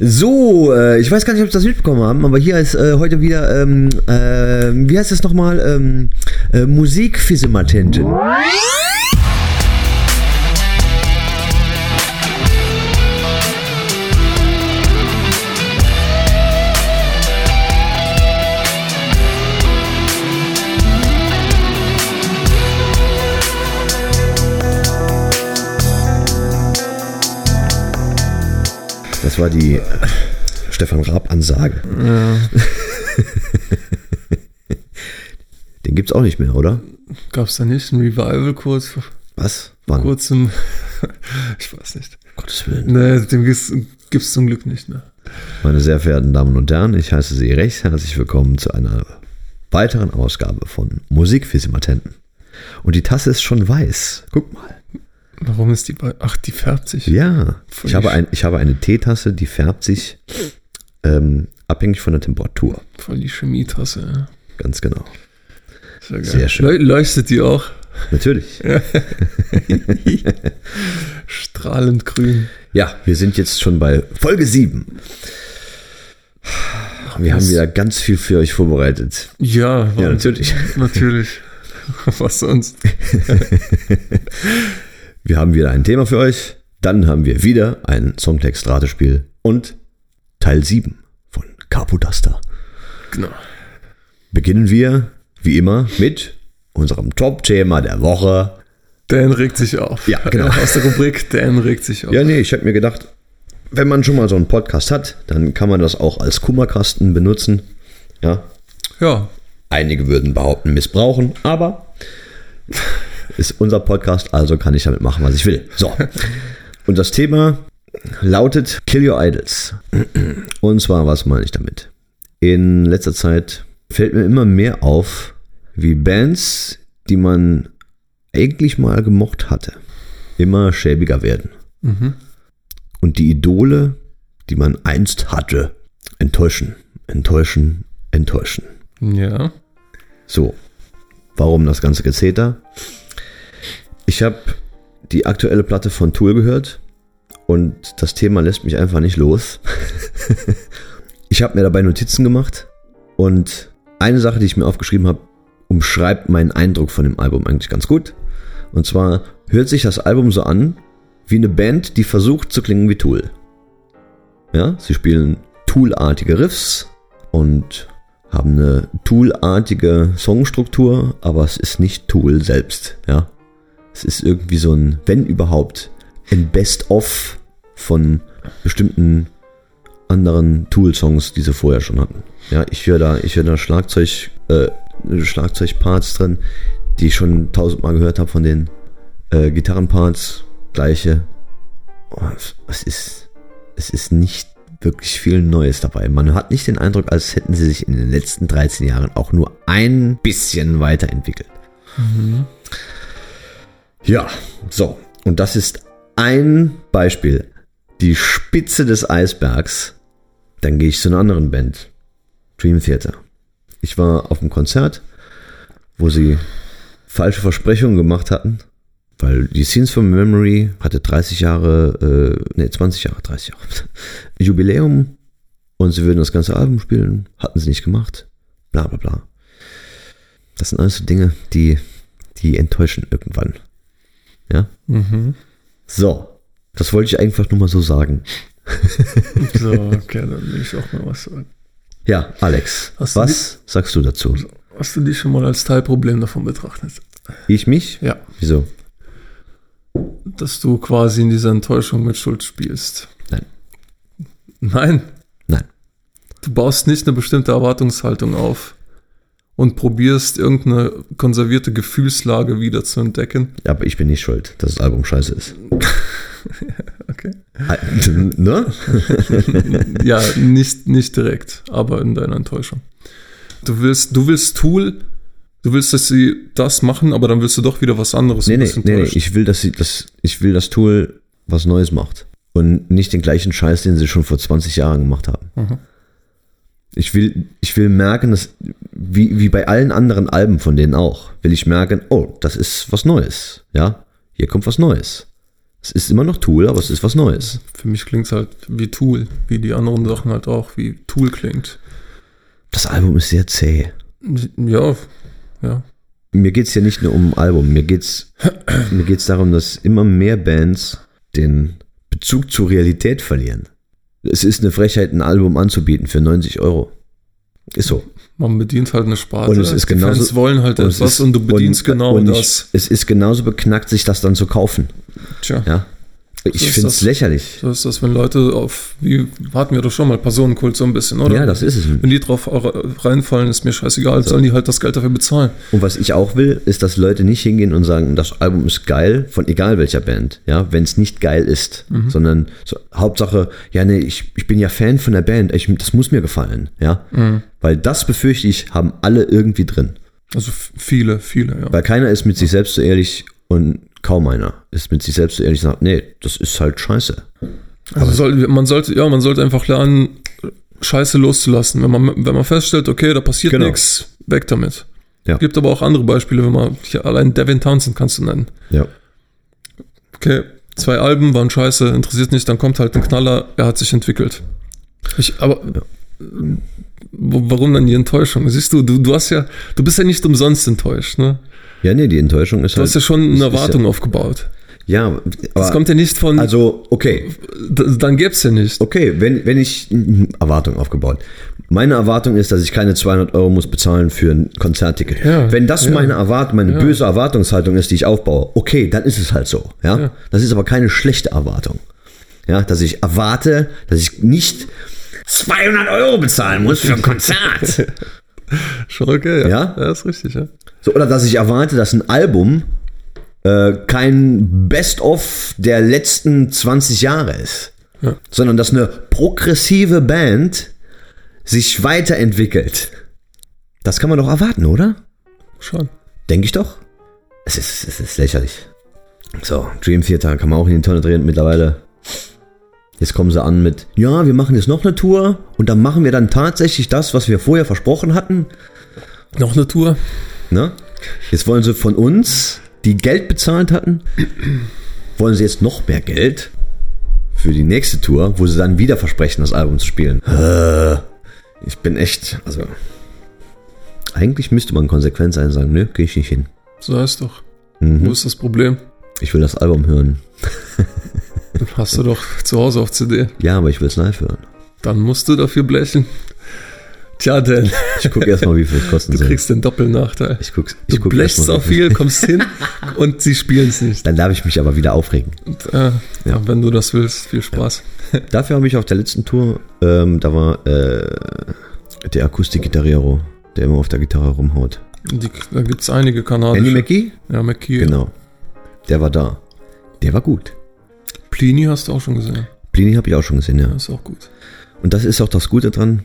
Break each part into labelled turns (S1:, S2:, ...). S1: So, äh, ich weiß gar nicht, ob Sie das mitbekommen haben, aber hier ist äh, heute wieder, ähm, äh, wie heißt das nochmal, ähm, äh, Musikfisematentin. Das war die äh, Stefan Raab-Ansage.
S2: Äh,
S1: Den gibt's auch nicht mehr, oder?
S2: Gab es da nicht ein Revival kurz vor
S1: Was? Wann?
S2: kurzem? ich weiß nicht.
S1: Gottes Willen.
S2: Nee, dem gibt's, gibt's zum Glück nicht ne. mehr.
S1: Meine sehr verehrten Damen und Herren, ich heiße Sie recht herzlich willkommen zu einer weiteren Ausgabe von Musikfissematenten. Und die Tasse ist schon weiß. Guck mal.
S2: Warum ist die bei. Ach, die färbt sich.
S1: Ja, ich
S2: Völlig-
S1: habe, ein, ich habe eine Teetasse, die färbt sich ähm, abhängig von der Temperatur.
S2: Voll die Chemietasse.
S1: Ganz genau.
S2: ja. Ist ja geil.
S1: Sehr schön.
S2: Leu- Leuchtet die auch.
S1: Natürlich.
S2: Strahlend grün.
S1: Ja, wir sind jetzt schon bei Folge 7. Wir haben wieder ganz viel für euch vorbereitet.
S2: Ja, warum-
S1: natürlich.
S2: Natürlich. Was sonst?
S1: Wir haben wieder ein Thema für euch. Dann haben wir wieder ein Songtext-Ratespiel und Teil 7 von Capodaster.
S2: Genau.
S1: Beginnen wir, wie immer, mit unserem Top-Thema der Woche.
S2: Dan regt sich auf.
S1: Ja, genau.
S2: Aus der Rubrik Dan regt sich auf.
S1: Ja, nee, ich habe mir gedacht, wenn man schon mal so einen Podcast hat, dann kann man das auch als Kummerkasten benutzen. Ja,
S2: ja.
S1: einige würden behaupten, missbrauchen, aber ist unser Podcast, also kann ich damit machen, was ich will. So. Und das Thema lautet Kill Your Idols. Und zwar, was meine ich damit? In letzter Zeit fällt mir immer mehr auf, wie Bands, die man eigentlich mal gemocht hatte, immer schäbiger werden. Und die Idole, die man einst hatte, enttäuschen, enttäuschen, enttäuschen.
S2: Ja.
S1: So, warum das ganze Gezeter? Ich habe die aktuelle Platte von Tool gehört und das Thema lässt mich einfach nicht los. ich habe mir dabei Notizen gemacht und eine Sache, die ich mir aufgeschrieben habe, umschreibt meinen Eindruck von dem Album eigentlich ganz gut. Und zwar hört sich das Album so an wie eine Band, die versucht zu klingen wie Tool. Ja, sie spielen Tool-artige Riffs und haben eine Tool-artige Songstruktur, aber es ist nicht Tool selbst. Ja, es ist irgendwie so ein, wenn überhaupt, ein Best-of von bestimmten anderen Tool-Songs, die sie vorher schon hatten. Ja, ich höre da, ich höre da Schlagzeug, äh, Schlagzeugparts drin, die ich schon tausendmal gehört habe von den äh, Gitarrenparts, gleiche. Oh, es- es ist, es ist nicht wirklich viel Neues dabei. Man hat nicht den Eindruck, als hätten sie sich in den letzten 13 Jahren auch nur ein bisschen weiterentwickelt. Ja, so. Und das ist ein Beispiel. Die Spitze des Eisbergs. Dann gehe ich zu einer anderen Band. Dream Theater. Ich war auf einem Konzert, wo sie falsche Versprechungen gemacht hatten, weil die Scenes from Memory hatte 30 Jahre, äh, nee, 20 Jahre, 30 Jahre Jubiläum und sie würden das ganze Album spielen, hatten sie nicht gemacht, bla bla bla. Das sind alles so Dinge, die, die enttäuschen irgendwann. Ja?
S2: Mhm.
S1: So, das wollte ich einfach nur mal so sagen.
S2: So, okay, dann will ich auch mal was sagen.
S1: Ja, Alex,
S2: Hast du
S1: was sagst du dazu?
S2: Hast du dich schon mal als Teilproblem davon betrachtet?
S1: Ich mich?
S2: Ja.
S1: Wieso?
S2: Dass du quasi in dieser Enttäuschung mit Schuld spielst.
S1: Nein.
S2: Nein.
S1: Nein.
S2: Du baust nicht eine bestimmte Erwartungshaltung auf und probierst irgendeine konservierte Gefühlslage wieder zu entdecken.
S1: Aber ich bin nicht schuld, dass das Album scheiße ist.
S2: Okay.
S1: ne?
S2: ja, nicht, nicht direkt, aber in deiner Enttäuschung. Du willst, du willst Tool, du willst, dass sie das machen, aber dann willst du doch wieder was anderes.
S1: Nee,
S2: und
S1: nee,
S2: bist
S1: nee, nee.
S2: enttäuscht.
S1: Ich will, dass sie, das, ich will, dass Tool was Neues macht. Und nicht den gleichen Scheiß, den sie schon vor 20 Jahren gemacht haben.
S2: Mhm.
S1: Ich will, ich will merken, dass, wie, wie bei allen anderen Alben von denen auch, will ich merken, oh, das ist was Neues. Ja, hier kommt was Neues. Es ist immer noch Tool, aber es ist was Neues.
S2: Für mich klingt es halt wie Tool, wie die anderen Sachen halt auch, wie Tool klingt.
S1: Das Album ist sehr zäh.
S2: Ja, ja.
S1: Mir geht's hier nicht nur um ein Album, mir geht's mir geht's darum, dass immer mehr Bands den Bezug zur Realität verlieren. Es ist eine Frechheit, ein Album anzubieten für 90 Euro. Ist so.
S2: Man bedient halt eine Sparte.
S1: Und es ist
S2: Die
S1: genauso-
S2: Fans wollen halt
S1: und es
S2: etwas
S1: ist-
S2: und du bedienst genau
S1: und ich-
S2: das.
S1: Es ist genauso beknackt, sich das dann zu kaufen.
S2: Tja,
S1: Ja.
S2: So
S1: Ich
S2: ist
S1: finde
S2: das.
S1: es lächerlich.
S2: so ist das, wenn Leute auf, wie hatten wir doch schon mal, Personenkult so ein bisschen, oder?
S1: Ja, das ist es.
S2: Wenn die drauf reinfallen, ist mir scheißegal, sollen die halt das Geld dafür bezahlen.
S1: Und was ich auch will, ist, dass Leute nicht hingehen und sagen, das Album ist geil, von egal welcher Band, ja, wenn es nicht geil ist, sondern so, Hauptsache, ja, nee, ich, ich bin ja Fan von der Band, ich, das muss mir gefallen, ja, weil das befürchte ich, haben alle irgendwie drin,
S2: Also f- viele, viele, ja.
S1: weil keiner ist mit sich selbst so ehrlich und kaum einer ist mit sich selbst so ehrlich und sagt, nee, das ist halt scheiße.
S2: Also soll, man sollte, ja, man sollte einfach lernen, Scheiße loszulassen. Wenn man, wenn man feststellt, okay, da passiert
S1: Genau.
S2: nichts, weg damit.
S1: Ja.
S2: Gibt aber auch andere Beispiele, wenn man hier allein Devin Townsend kannst du nennen.
S1: Ja,
S2: Okay, zwei Alben waren scheiße, interessiert nicht, dann kommt halt ein Knaller, er hat sich entwickelt. Ich, aber äh, wo- warum dann die Enttäuschung? Siehst du, du, du hast ja, du bist ja nicht umsonst enttäuscht, ne?
S1: ja, nee, die Enttäuschung ist
S2: Du
S1: halt,
S2: hast ja schon eine
S1: ist ja-
S2: Erwartung aufgebaut.
S1: ja, aber,
S2: Das kommt ja nicht von,
S1: also, okay,
S2: d- dann gäb's ja nicht.
S1: Okay, wenn, wenn ich Erwartung aufgebaut. Meine Erwartung ist, dass ich keine 200 Euro muss bezahlen für ein Konzertticket.
S2: Ja,
S1: wenn das
S2: ja,
S1: meine Erwart, meine
S2: ja.
S1: böse Erwartungshaltung ist, die ich aufbaue, okay, dann ist es halt so. Ja?
S2: Ja.
S1: das ist aber keine schlechte Erwartung. Ja, dass ich erwarte, dass ich nicht 200 Euro bezahlen muss für ein Konzert.
S2: Schon okay,
S1: Ja?
S2: Ja, ist richtig, ja.
S1: so, oder dass ich erwarte, dass ein Album äh, kein Best-of der letzten 20 Jahre ist,
S2: Ja.
S1: sondern dass eine progressive Band sich weiterentwickelt. Das kann man doch erwarten, oder?
S2: Schon.
S1: Denke ich doch. Es ist, es ist lächerlich. So, Dream Theater kann man auch in die Tonne drehen mittlerweile. Jetzt kommen sie an mit, ja, wir machen jetzt noch eine Tour und dann machen wir dann tatsächlich das, was wir vorher versprochen hatten.
S2: Noch eine Tour?
S1: Ne? Jetzt wollen sie von uns, die Geld bezahlt hatten, wollen sie jetzt noch mehr Geld für die nächste Tour, wo sie dann wieder versprechen, das Album zu spielen. Äh, Ich bin echt, also eigentlich müsste man konsequent sein und sagen, nö, gehe ich nicht hin.
S2: So heißt doch. Wo ist das Problem?
S1: Ich will das Album hören.
S2: Hast du doch zu Hause auf CD.
S1: Ja, aber ich will es live hören.
S2: Dann musst du dafür blechen. Tja, denn
S1: Ich gucke erstmal, wie viel es kosten
S2: du
S1: soll.
S2: kriegst den Doppelnachteil.
S1: Ich guck's, ich
S2: Du
S1: guck
S2: blechst
S1: erstmal,
S2: auf
S1: wie viel-
S2: viel, kommst hin und sie spielen es nicht.
S1: Dann darf ich mich aber wieder aufregen.
S2: Und, äh, ja. Wenn du das willst, viel Spaß.
S1: Dafür habe ich auf der letzten Tour, ähm, da war äh, der Akustik-Gitarrero, der immer auf der Gitarre rumhaut.
S2: Die, da gibt es einige
S1: Andy
S2: kanadische.
S1: McGee?
S2: Ja, McKee.
S1: Genau. Der war da. Der war gut.
S2: Plini hast du auch schon gesehen.
S1: Plini habe ich auch schon gesehen,
S2: Ja,
S1: ja.
S2: ist auch gut.
S1: Und das ist auch das Gute dran,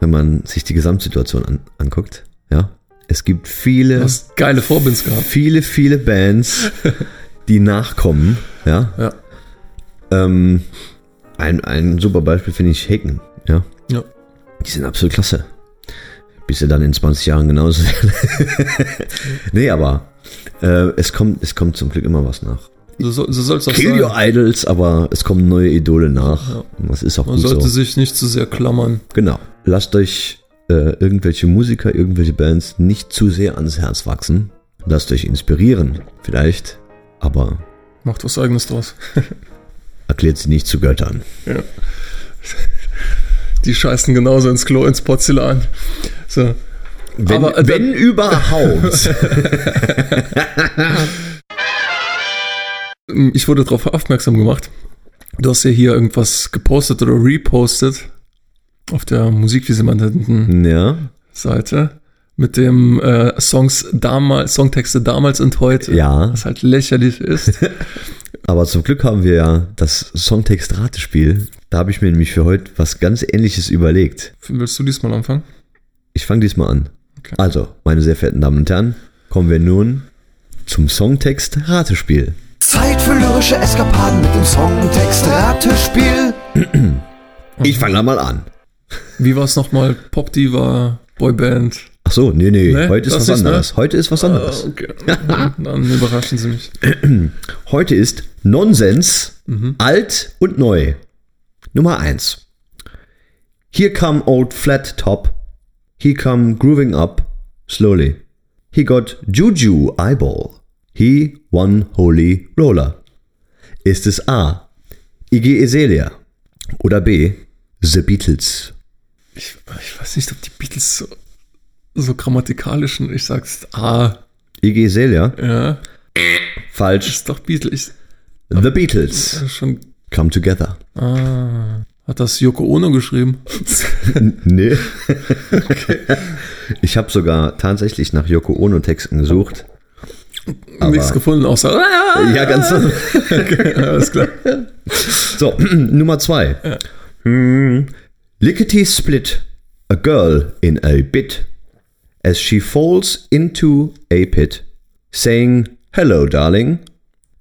S1: wenn man sich die Gesamtsituation an, anguckt. Ja. Es gibt
S2: Du
S1: viele,
S2: hast geile Vorbins gehabt.
S1: viele, viele Bands, die nachkommen. Ja.
S2: Ja.
S1: Ähm, ein, ein super Beispiel finde ich Haken. Ja.
S2: Ja.
S1: Die sind absolut klasse. Bis sie dann in 20 Jahren genauso sind. nee, aber äh, es, kommt, es kommt zum Glück immer was nach.
S2: So, so so soll's auch
S1: Kill Your
S2: sein.
S1: Idols, aber es kommen neue Idole nach.
S2: Ja.
S1: Und Das ist auch
S2: Man
S1: gut
S2: sollte
S1: so.
S2: sich nicht zu sehr klammern.
S1: Genau. Lasst euch äh, irgendwelche Musiker, irgendwelche Bands nicht zu sehr ans Herz wachsen. Lasst euch inspirieren, vielleicht, aber
S2: Macht was Eigenes draus.
S1: erklärt sie nicht zu Göttern.
S2: Die scheißen genauso ins Klo, ins Porzellan. So.
S1: Wenn,
S2: Aber, äh,
S1: wenn überhaupt.
S2: Ich wurde darauf aufmerksam gemacht. Du hast ja hier irgendwas gepostet oder repostet auf der Musikvisiemandanten
S1: ja,
S2: Seite mit dem äh, Songs damals, Songtexte damals und heute.
S1: ja.
S2: Was halt lächerlich ist.
S1: Aber zum Glück haben wir ja das Songtext-Ratespiel. Da habe ich mir nämlich für heute was ganz ähnliches überlegt.
S2: Willst du diesmal anfangen?
S1: Ich fange diesmal an.
S2: Okay.
S1: Also, meine sehr verehrten Damen und Herren, kommen wir nun zum Songtext-Ratespiel.
S3: Zeit für lyrische Eskapaden mit dem Songtext Ratespiel.
S1: Ich fange da mal an.
S2: Wie war es nochmal? Popdiva, Boyband.
S1: Ach so, nee, nee,
S2: Nee,
S1: heute ist was
S2: das nicht, ne?
S1: anderes. Heute ist was anderes.
S2: okay. Dann überraschen sie mich.
S1: Heute ist Nonsens,
S2: Mhm.
S1: alt und neu. Nummer 1. Here come old flat top. He come grooving up slowly. He got juju eyeball. He one holy roller. Ist es A. Iggy Azalea oder B. The Beatles?
S2: Ich, ich weiß nicht, ob die Beatles so, so grammatikalischen, ich sag's A,
S1: Iggy Azalea?
S2: ja,
S1: Falsch.
S2: ist doch Beatles.
S1: The Beatles.
S2: Das ist Schon
S1: Come together.
S2: hat das Yoko Ono geschrieben.
S1: Nee. Ich habe sogar tatsächlich nach Yoko Ono Texten gesucht.
S2: Nichts gefunden, außer. ah,
S1: Ja, ganz so.
S2: Alles klar.
S1: So, Nummer zwei. Hm. Lickety split a girl in a bit as she falls into a pit, saying Hello, darling.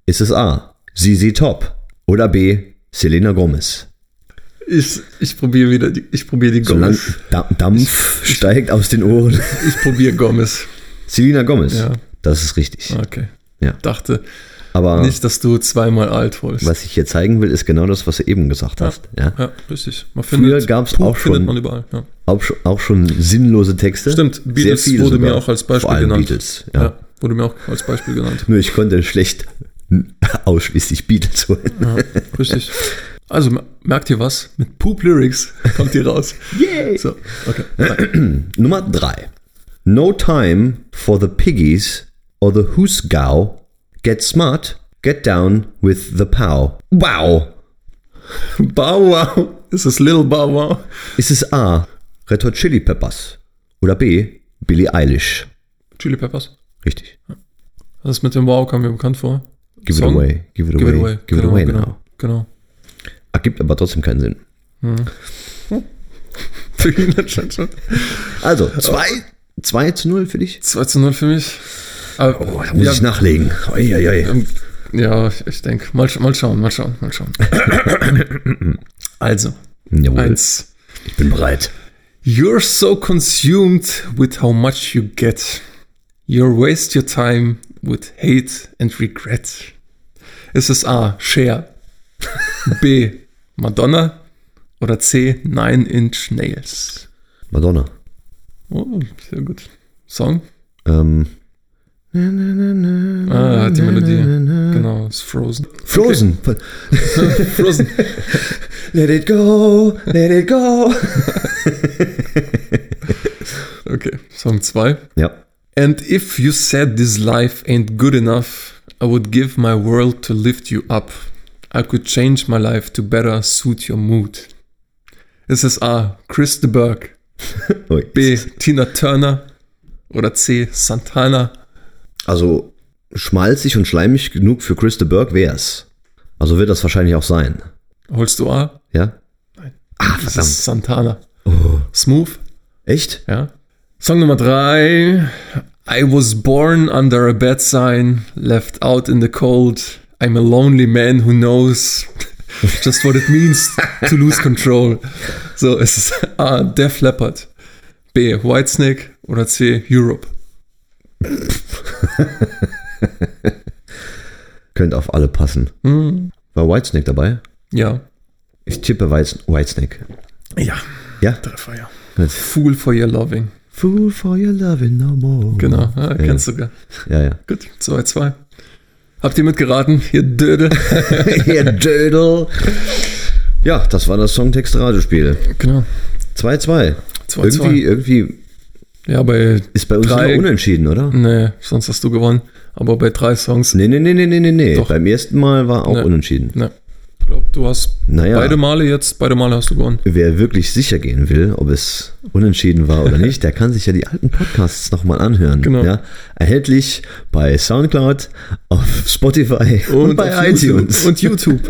S1: Ist es A. ZZ Top oder B. Selena Gomez?
S2: Ich, ich probiere wieder, die, ich probiere die
S1: Solange
S2: Gomez.
S1: Da- Dampf steigt aus den Ohren.
S2: Ich probiere Gomez.
S1: Selena Gomez.
S2: Ja.
S1: Das ist richtig.
S2: Okay.
S1: Ja.
S2: Dachte
S1: Aber
S2: nicht, dass du zweimal alt holst.
S1: was ich hier zeigen will, ist genau das, was du eben gesagt hast. Ja.
S2: Ja, richtig. Man findet,
S1: gab's
S2: Puh,
S1: auch
S2: findet
S1: schon-
S2: man überall. Ja.
S1: Auch, schon, auch schon sinnlose Texte.
S2: Stimmt, Beatles
S1: viele
S2: wurde mir auch als Beispiel
S1: Vor allem
S2: genannt.
S1: Beatles, ja.
S2: Ja. wurde mir auch als Beispiel genannt.
S1: Nur ich konnte schlecht ausschließlich Beatles holen.
S2: Ja, richtig. Also mer- merkt ihr was? Mit Poop Lyrics kommt ihr raus.
S1: Yay!
S2: So, okay. Nein.
S1: Nummer 3. No time for the piggies or the hoosgow. Get smart, get down with the pow. Wow!
S2: Bow Wow. Ist es Little Bow Wow?
S1: Ist es A. Red Hot Chili Peppers oder B. Billie Eilish?
S2: Chili Peppers.
S1: Richtig.
S2: Das mit dem Wow kam mir bekannt vor.
S1: Give it
S2: Song?
S1: away, give it away,
S2: Give it away.
S1: give it
S2: genau,
S1: away
S2: genau,
S1: now.
S2: Genau.
S1: Ergibt aber trotzdem keinen Sinn.
S2: Für ihn anscheinend schon.
S1: Also, 2 zu 0 für dich.
S2: 2 zu 0 für mich. Aber,
S1: Oh, da muss
S2: ja,
S1: ich nachlegen. Oi, oi, oi.
S2: ähm, ja, ich, ich denke, mal, sch- mal schauen, mal schauen, mal schauen. also,
S1: Ähm, Jawohl,
S2: eins.
S1: ich bin bereit.
S2: You're so consumed with how much you get. You waste your time with hate and regret. Ist es A. Cher, B. Madonna oder C. Nine Inch Nails?
S1: Madonna.
S2: Oh, sehr gut. Song?
S1: Ähm,
S2: Ah, die Melodie. Genau, ist Frozen.
S1: Frozen.
S2: Frozen.
S1: Let it go, let it go.
S2: Okay, Song 2.
S1: Ja,
S2: And if you said this life ain't good enough, I would give my world to lift you up. I could change my life to better suit your mood. Ist es A. Chris de Burgh,
S1: Ui.
S2: B. Tina Turner oder C. Santana?
S1: Also schmalzig und schleimig genug für Chris de Burgh wär's. Also wird das wahrscheinlich auch sein.
S2: Holst du A?
S1: Ja?
S2: Das ist Santana.
S1: Oh.
S2: Smooth?
S1: Echt?
S2: Ja. Song Nummer 3. I was born under a bad sign, left out in the cold. I'm a lonely man who knows just what it means to lose control. So, es ist A. Def Leppard, B. Whitesnake oder C. Europe.
S1: Könnte auf alle passen. War Whitesnake dabei?
S2: Ja.
S1: Ich tippe Whites Whitesnake.
S2: Ja.
S1: Ja?
S2: Treffer, ja.
S1: Gut.
S2: Fool for your loving.
S1: Fool for your loving no more.
S2: Genau, ja, kennst du sogar.
S1: Ja, ja.
S2: Gut, 2-2. Habt ihr mitgeraten, ihr Dödel?
S1: Ihr Dödel. Ja, das war das Songtext-Radiospiel.
S2: genau.
S1: 2-2.
S2: 2-2.
S1: Irgendwie, irgendwie
S2: Ja, bei
S1: ist bei uns
S2: Drei-
S1: immer unentschieden, oder?
S2: Nee, sonst hast du gewonnen. Aber bei drei Songs.
S1: Nee, nee, nee, nee, nee, nee, nee.
S2: Doch.
S1: Beim ersten Mal war auch
S2: Nee.
S1: unentschieden.
S2: Nee. Ich glaube, du hast
S1: Naja.
S2: beide Male jetzt, beide Male hast du gewonnen.
S1: Wer wirklich sicher gehen will, ob es unentschieden war oder nicht, der kann sich ja die alten Podcasts nochmal anhören.
S2: Genau.
S1: Ja? Erhältlich bei Soundcloud, auf Spotify und, bei
S2: auf YouTube-
S1: iTunes.
S2: Und YouTube.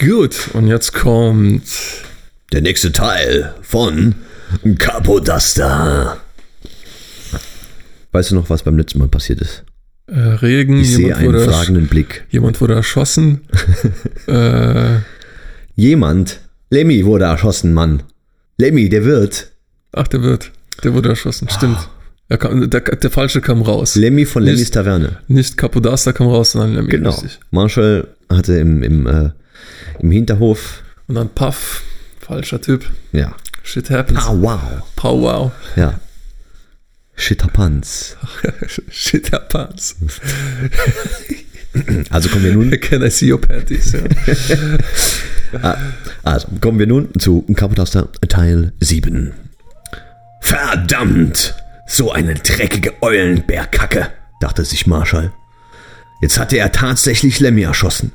S2: Gut, und jetzt kommt.
S1: Der nächste Teil von Capodaster. Weißt du noch, was beim letzten Mal passiert ist?
S2: Äh, Regen,
S1: Ich sehe einen
S2: wurde,
S1: fragenden Blick.
S2: jemand wurde erschossen. äh,
S1: Jemand, Lemmy wurde erschossen, Mann. Lemmy, der Wirt. Ah.
S2: ach, der wird. Der wurde erschossen, stimmt. Er kam, der, der Falsche kam raus.
S1: Lemmy von
S2: Nicht-
S1: Lemmys Taverne.
S2: Nicht Capodaster kam raus, sondern Lemmy.
S1: Genau.
S2: richtig.
S1: Marshall hatte im, im, äh, im Hinterhof,
S2: Und dann Puff, falscher Typ.
S1: ja.
S2: Shit happens.
S1: Ah, wow.
S2: Pow wow.
S1: Ja. Schitterpanz.
S2: Shit happens.
S1: Also kommen wir nun,
S2: Can I see your panties? Ja.
S1: also kommen wir nun zu Kapotaster Teil 7. Verdammt! So eine dreckige Eulenbärkacke, dachte sich Marshall. Jetzt hatte er tatsächlich Lemmy erschossen.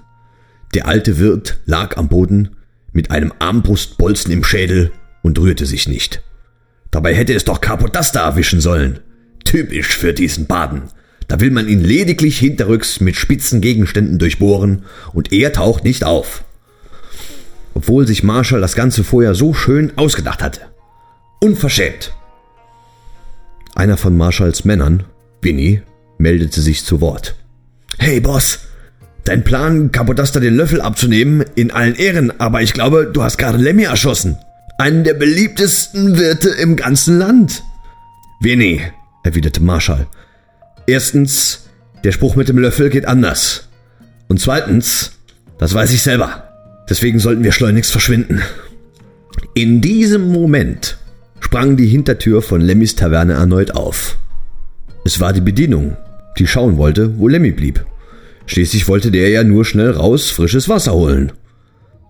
S1: Der alte Wirt lag am Boden mit einem Armbrustbolzen im Schädel und rührte sich nicht. Dabei hätte es doch Capodasta erwischen sollen. Typisch für diesen Baden. Da will man ihn lediglich hinterrücks mit spitzen Gegenständen durchbohren und er taucht nicht auf. Obwohl sich Marshall das Ganze vorher so schön ausgedacht hatte. Unverschämt. Einer von Marshalls Männern, Vinny, meldete sich zu Wort. Hey Boss, dein Plan, Capodasta den Löffel abzunehmen, in allen Ehren, aber ich glaube, du hast gerade Lemmy erschossen. Einen der beliebtesten Wirte im ganzen Land. Vinny, erwiderte Marshall. Erstens, der Spruch mit dem Löffel geht anders. Und zweitens, das weiß ich selber. Deswegen sollten wir schleunigst verschwinden. In diesem Moment sprang die Hintertür von Lemmys Taverne erneut auf. Es war die Bedienung, die schauen wollte, wo Lemmy blieb. Schließlich wollte der ja nur schnell raus frisches Wasser holen.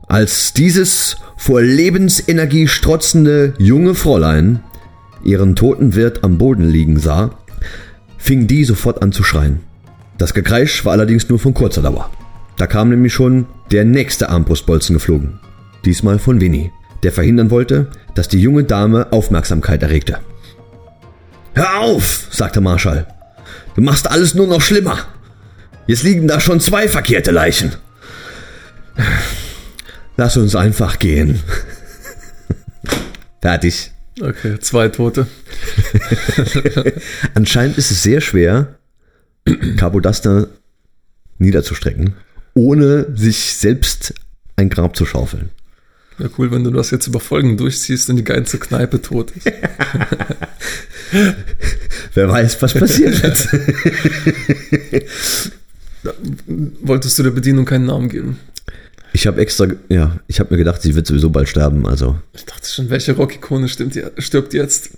S1: Als dieses vor Lebensenergie strotzende junge Fräulein ihren toten Wirt am Boden liegen sah, fing die sofort an zu schreien. Das Gekreisch war allerdings nur von kurzer Dauer. Da kam nämlich schon der nächste Armbrustbolzen geflogen. Diesmal von Winnie, der verhindern wollte, dass die junge Dame Aufmerksamkeit erregte. Hör auf, sagte Marshall. Du machst alles nur noch schlimmer. Jetzt liegen da schon zwei verkehrte Leichen. Lass uns einfach gehen. Fertig.
S2: Okay, zwei Tote.
S1: Anscheinend ist es sehr schwer, Capodaster niederzustrecken, ohne sich selbst ein Grab zu schaufeln.
S2: Ja, cool, wenn du das jetzt über Folgen durchziehst und die ganze Kneipe tot ist.
S1: Wer weiß, was passiert wird.
S2: Wolltest du der Bedienung keinen Namen geben?
S1: Ich habe extra, ja, ich habe mir gedacht, sie wird sowieso bald sterben, also.
S2: Ich dachte schon, welche Rock-Ikone stimmt je- stirbt jetzt?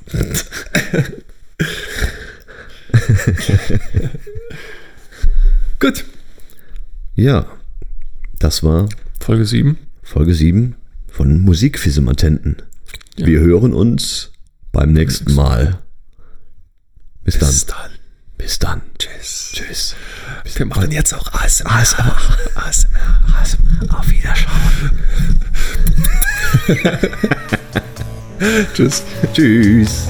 S2: Gut.
S1: Ja, das war
S2: Folge 7.
S1: Folge 7 von Musikfisimatenten.
S2: Ja.
S1: Wir hören uns beim nächsten Mal. Bis dann.
S2: dann.
S1: Bis dann. Tschüss. Tschüss.
S2: Wir machen jetzt auch ASMR.
S1: ASMR. ASMR. ASMR. Auf Wiedersehen.
S2: Tschüss.
S1: Tschüss.